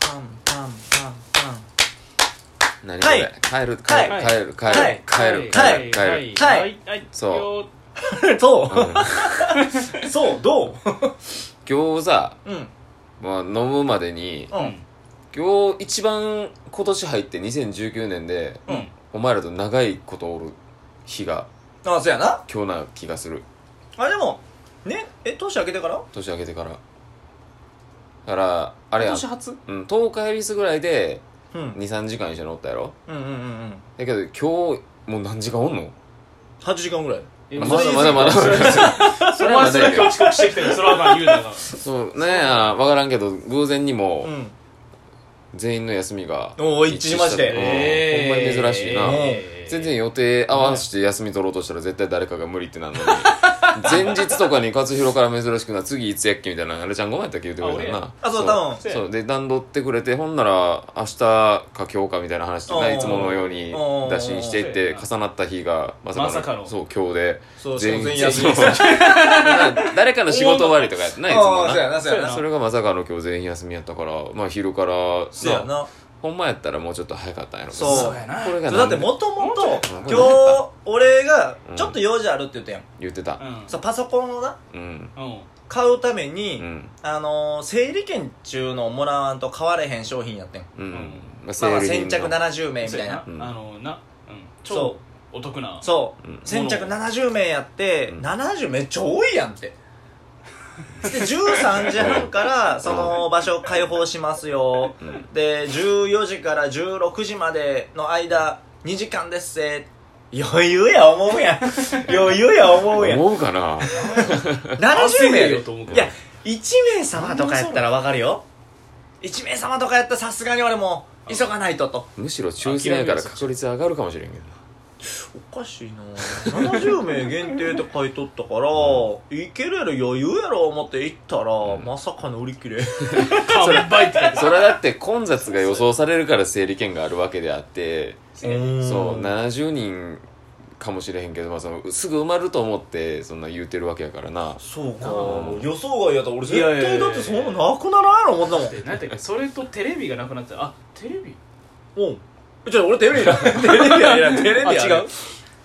パンパンパンパン何これ帰る帰るはい帰る帰はいる帰るは帰る帰るはいはいはいそうよそうんう、 そう、どう餃子まうん、あ飲むまでにうん、今日一番今年入って2019年でうん。お前らと長いことおる日があ、そうやな。今日な気がするあ、でも、ね、え、年明けてから年明けてからだからあれやん、年初うん、10日入りすぐらいでうん。うん23時間一緒におったやろうんうんうん。だけど今日もう何時間お んの8時間ぐらい。えまそれだまだまだそ れそれおは前まそだやけれ今ど日遅刻してきてるそれはあかん言う たからそうなんや分からんけど偶然にもうん。全員の休みがおー一致しましてうんえーほんまに珍しいな、えー全然予定合わせて休み取ろうとしたら絶対誰かが無理ってな るのに前日とかに勝弘から珍しくな次いつやっけみたいなあれちゃんごめんやったっけ言ってくれたよなあ俺やあそう多分そうそうで段取ってくれてほんなら明日か今日かみたいな話おとーいつものようにおー打診していってそうや重ななった日がまさかのまさかのそう今日でそう、全員全員休み。そう 誰かの仕事終わりとかやってないいつもあーそうやな、そうやそうやな。それがまさかの今日全員休みやったからまあ昼からそうやな。ほんまやったらもうちょっと早かったんやろけどそうやなこれがそうだなっんてでもともと、も今と日、俺が、ちょっと用事あるって言ったやん。言ってたうんそう、パソコンをな、うんうん買うためうに、んあのー、整理券中のをもらわんと買われへん商品やってん。うんうんまあまあまあ、生理先人着の70名みそうたいやな。うんなあのなうんそ超お得なそう、うん先着70名やって、うん70めっちゃ多いやんってで13時半からその場所開放しますよ、うんで14時から16時までの間2時間ですせ余裕や思うやん余裕や思うやん思う かな70名名でよと思うけいどや1名様とかやったらわかるよ1名様とかやったらさすがに俺も急がないととむしろ抽選やから確率上がるかもしれんけどおかしいな70名限定って書いとったから、いけるやろ余裕やろ思って行ったら、んまさかの売り切 れ完売って書いてそれはだって混雑が予想されるから整理券があるわけであってそう70人かもしれへんけど、まあ、そのすぐ埋まると思ってそんな言うてるわけやからなそうかあ予想外やったら俺絶いやいや対いやだってそんななくならんやろ思ったもんあるってなんていうかそれとテレビがなくなってあテレビ うんちょ俺テレビ だテレビやいやテレビやあ違う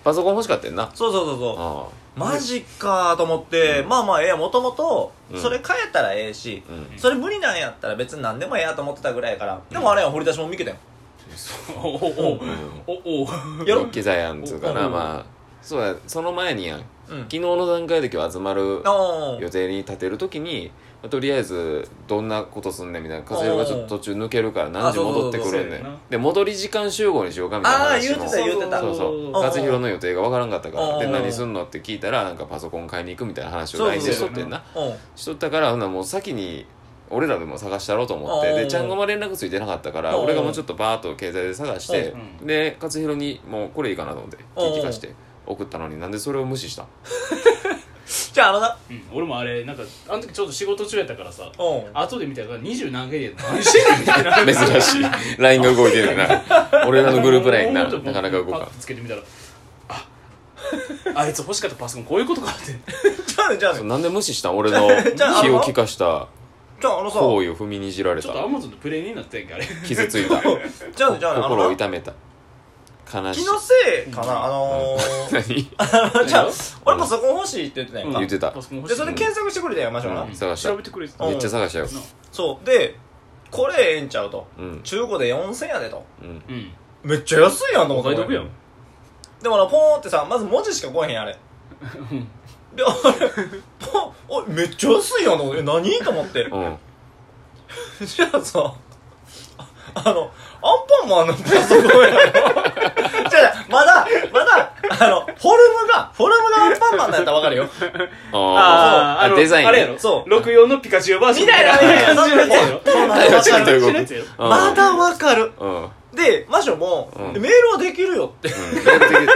パソコン欲しかったよなそうそうそうそあうマジかと思って、まあまあええやもともとうんそれ変えたらええし、あうんそれ無理なんやったら別に何でもええやと思ってたぐらいやから、でもあれは掘り出しも見けたよおおおおおやろロッキーザイアンツかなうんまあそうやその前にやんうん昨日の段階で今日集まるあ 予定に立てるときにまあとりあえずどんなことすんねんみたいな風がちょっと途中抜けるから何時戻ってくれんねあそうそうそうそうやんなで戻り時間集合にしようかみたいなあー話言もうてた言うてたそうそうんう勝弘の予定が分からんかったかうんらでうん何すんのって聞いたらなんかパソコン買いに行くみたいな話を LINE でしとってんなあうんしとったからほんならもう先に俺らでも探したろうと思っうんてでちゃんごま連絡ついてなかったかうらん俺がもうちょっとバーッと携帯で探してうんで勝弘にもうこれいいかなと思って聞き返して送ったのになんでそれを無視したんじゃああのなうん俺もあれなんかあの時ちょっと仕事中やったからさうん後で見たら二十何回で何してんのみたい な珍しい LINE が動いてるよな俺らのグループ LINE なもうちょっとなかなか動パかッとつけてみたらああいつ欲しかったパソコンこういうことかってじゃあねじゃあんねそうなんで無視したん俺のじゃあ気を利かしたじゃああのさ行為を踏みにじられちたょっとアマゾンのプレイになってんけあれ傷ついたじゃあねじゃあねあの心をな痛めた悲しい気のせいかなあのーじゃあ 俺パソコン欲しいって言ってたやんか言ってたパソコン欲しでいそれ検索してくれたやんましょうなうん探した調べてくれてた何めっちゃ探したよそうでこれええんちゃうとうん中古で4000やでとうんうんめっちゃ安いやんとお思買いった得やんでもなポーンってさまず文字しか来へんやんあれで俺ポンおいめっちゃ安いやんと思ってえ何と思ってうんじゃあさああのアンパンマンのパソコンやろじゃあまだまだあのフォルムがフォルムがアンパンマンだったらわかるよあーあのデザイン あれやろそう64のピカチュウバージョンみたいな感じのやつやろ確そかうにという感こじのやつとうんまだわかるうんうんで魔女も、うんメールはできるよってメールできる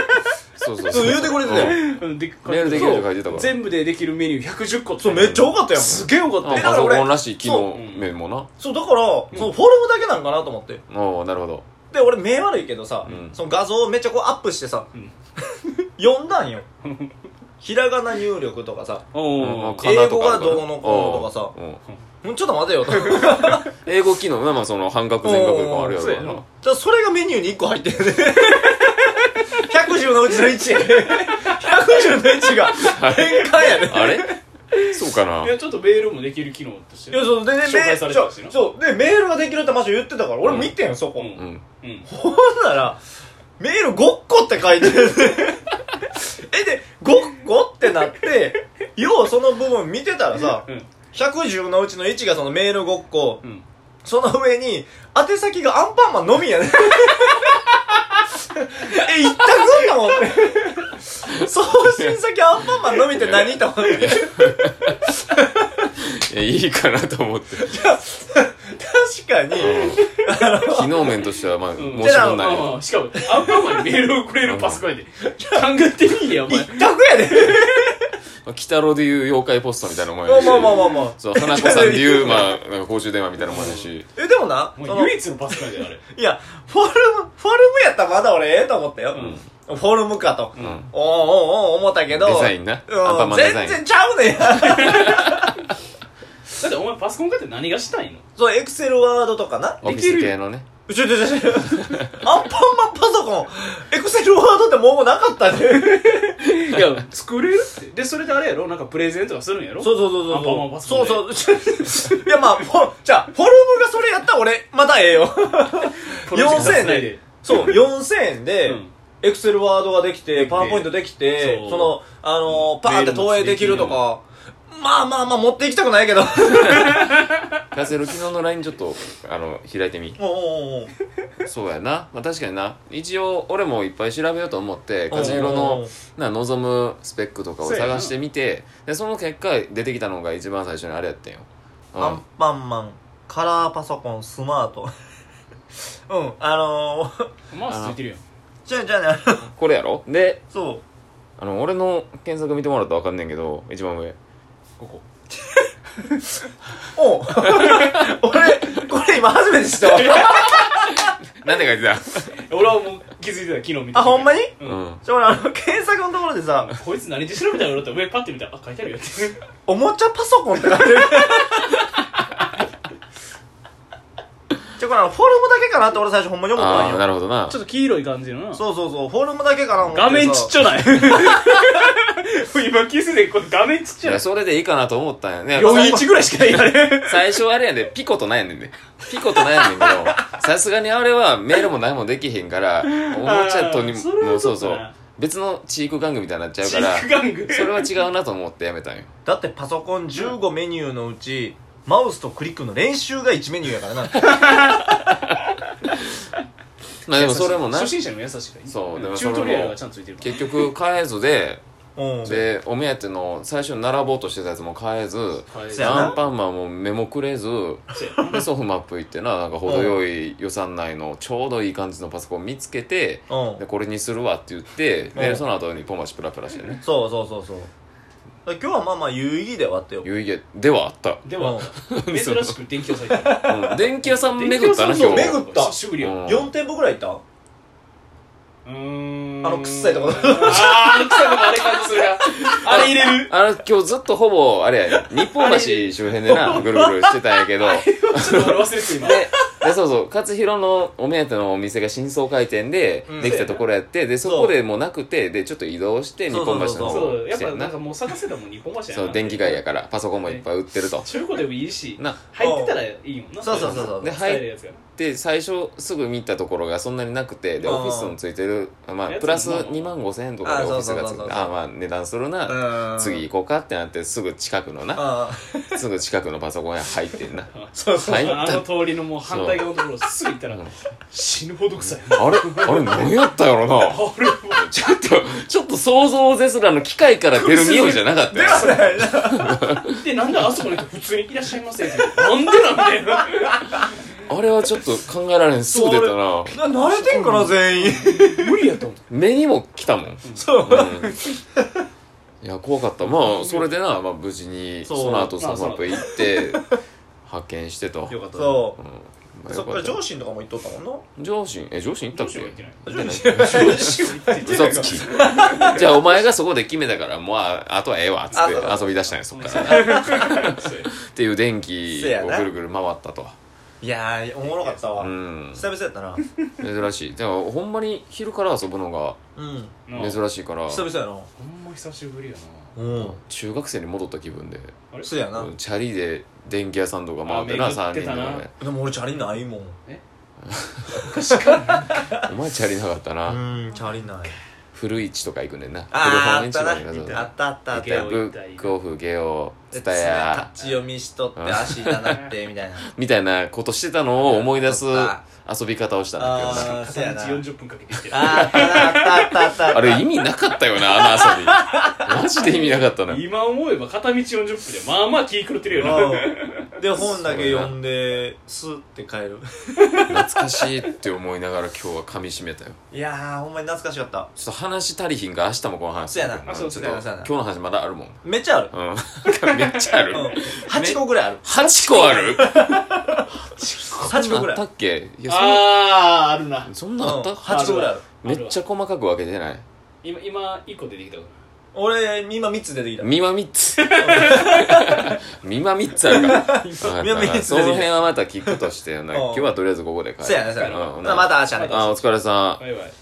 そうそうそう言うてくれてたようんうんでメールできるって書いてたから全部でできるメニュー110個そうめっちゃ多かったやんすげえ多かったあえだパよからソ俺コンらしい機能そううん面もなそうだから、そのフォルムだけなんかなと思っておーなるほどで俺目悪いけどさ、うんその画像をめっちゃこうアップしてさ、うん 読んだんよひらがな入力とかさおーうん英語がどうのこうのとかさうんうんちょっと待てよと英語機能まあまあその半額全額とかあるやそうろうなじゃあそれがメニューに1個入ってるね 110のうちの11 110の1が変換やねあれそうかないやちょっとメールもできる機能としていやそうででメ紹介されてたしーなルそうでメールができるってマジ言ってたから俺見てんよそこ、うんうんうんほんなら、メールごっこって書いてる。 え、で、ごっこってなって、ようその部分見てたらさう、ん110のうちの1がそのメールごっこ、うんその上に、宛先がアンパンマンのみやね。 え、一択なもんっ て。送信先アンパンマンのみって何と思って。いやいいかなと 思って確かに、機能面としてはまあ申うんし分まなあいまあしかもアンパンマンにメールをくれるパスコイで 考えてみいやお前一択やで。鬼太郎でいう妖怪ポストみたいなもんまやあしまあまあまあまあ。そう花子さんでいうまあなんか公衆電話みたいなもんやし え、でもな、そものう唯一のパスコイであれいや、フォルム、フォルムやったらまだ俺ええと思ったよ。フォルムかと。んおおおお思ったけど。デザインなうんアンパンマンデザイ全然ンちゃうねん や。だってお前パソコン買って何がしたいのそう、エクセルワードとかな。オフィス系のねちょちょちょちょ。アンパンマンパソコン、エクセルワードってもうなかったね。いや作れるってでそれであれやろなんかプレゼントがするんやろそうそうそうそう。アンパンマンパソコンでそうそう。 いやまあ、フォじゃあ、フォルムがそれやったら俺、まだええよ。プロジェクター4000円繋いで。 そう、4000円でうん、エクセルワードができて、パワーポイントできてそ、うその、あのー、パーって投影できるとメか、まあまあまあ持っていきたく ないけど。ガゼル昨日の LINE ちょっとあの開いてみおうおうおうそうやな、まあ、確かにな一応俺もいっぱい調べようと思っておうおうおうカジロのな望むスペックとかを探してみてでその結果出てきたのが一番最初にあれやってんよ、うんアンパンマン、カラーパソコン、スマート。 うん、あのー、 マウスついてるやんじゃあじゃあね、あのこれやろでそう。あの俺の検索見てもらったら分かんねんけど一番上ここおう 俺、これ今初めて知ったわ。 なんて書いて俺はもう気づいてた昨日見てあ、ほんまにた ううんんちょ、俺あの、検索のところでさ、こいつ何で調べたのって上パッて見たらあ書いてあるよ っておもちゃパソコンって書いてる。 ちょ、これあのフォルムだけかなって俺最初ほんまに思ったあんあよ。なるほどなちょっと黄色い感じのなそうそうそう、フォルムだけかな思ってさ画面ちっちゃ ない今気づいてこれ画面ちっちいゃなやいそれでいいかなと思ったんやね4インチぐらいしかないあれ最初はあれやで、ピコと悩んでんで。ピコと悩んでんけど、さすがにあれはメールも何もできへんから、おもちゃとにあーそれはもうちそょうっとそなう。別のチーク玩具みたいになっちゃうチからーク、玩具それは違うなと思ってやめた んよ。だってパソコン15メニューのうち、マウスとクリックの練習が1メニューや からな。まあでもそれもな、初心者にも優しくないそうでもチそュれーもトリアルがちゃんとついてるから結局買えずで、うん。で、お目当ての最初に並ぼうとしてたやつも買えず、はいせやなアンパンマンも目もくれず、そうやなで、ソフマップ行ってな、なんか程よい予算内のちょうどいい感じのパソコン見つけて、うんで、。これにするわって言って、うで、んその後にポマシプラプラしてね。そうそうそうそう。だから今日はまあまあ有意義で終わったよ。有意義ではあった。では珍しく電気屋さん行ったうん電気屋さん 巡ったな電気屋さ今ん の日巡った久しぶりやうん4店舗ぐらい行ったうーんあの臭い とこあーあの臭いとこあれ感じするなあれ入れるあの今日ずっとほぼあれや日本橋周辺でなぐるぐるしてたんやけどでちょっと忘れて今でそうそう勝弘のお目当てのお店が新装開店でうんできたところやってでそこでもうなくてでちょっと移動して日そう本そ橋うのそう方そうやっぱなんなかもう探せたもん日本橋やなそう電気街やからパソコンもいっぱい売ってると中古でもいいしな入ってたらいいもんなそうそうそうそうで使える入っやつがて最初すぐ見たところがそんなになくてでうんオフィスもついてるまあやつもプラス2万5千円とかでオフィスがついあそうそうそうてそうあまあ値段するなうん次行こうかってなってすぐ近くのなあすぐ近くのパソコン屋入ってんなあ そうそう入あったの通りのもう反対側のところすぐ行ったらうん死ぬほど臭いあれあれ何やったやろな あ俺もちょっとちょっと想像ゼスラの機械から出る匂いじゃなかったでよはないなでなんであそこに普通にいらっしゃいませってなんでなんだよなあれはちょっと考えられんすぐ出たなな 慣れてんかな全員無理やと思っ目にも来たもん、うん、そういや怖かったまあそれでな、まあ、無事にそうその後ま あサマップ行って発見してとたよかったそううんまあそよっかかっらた上司とかも行っとったもんな上司え上司行ったっ上け司は行ってない上司上司は行って嘘 つきじゃあお前がそこで決めたからもうああとはええわっつあって遊び出したんやそっからっていう電気せやをなぐるぐる回ったといやーおもろかったわ、うん久々やったな珍しいでもほんまに昼から遊ぶのがうんなあ珍しいから久々やなほんま久しぶりやなうん中学生に戻った気分であれそうやな、うんチャリで電気屋さんとか回ってあな巡っ3て人たなででも俺チャリないもんお前チャリなかったなうんチャリない古市とか行くねんな古あーあ本っ市たとなあか行くねんなったあったあっブたよックオフゲオでツタヤ立ち読みしとって足痛なってみたいなみたいなことしてたのを思い出すそっか遊び方をしたんだけどな あーそうやな片道40分かけてきてあーあったなあったあったあったあれ意味なかったよな、あの遊び。マジで意味なかったな。今思えば片道40分でまあまあ気狂ってるよなうんで本だけ読んでスッて帰る懐かしいって思いながら今日は噛み締めたよ。いやーほんまに懐かしかったちょっと話足りひんが明日もこの話するけどそうやなあちそょうっとそうやなそうやな今日の話まだあるもん。 めっちゃあるうん。めっちゃある。うん8個ぐらいある8個ある8個ぐらあっいたっけいや、あああるなそんそんなんあった、 8個ぐらいあるめっちゃ細かく分けてない。今今1個出てきたわ俺今3つ出てきたミマ3つ。 ミマ3つあるから。 ミマ三つ出てきわかったたその辺はまた聞くとして、今日はとりあえずここで帰るそうやなそうやなうんまた明日ねあ、お疲れさん。バイバイ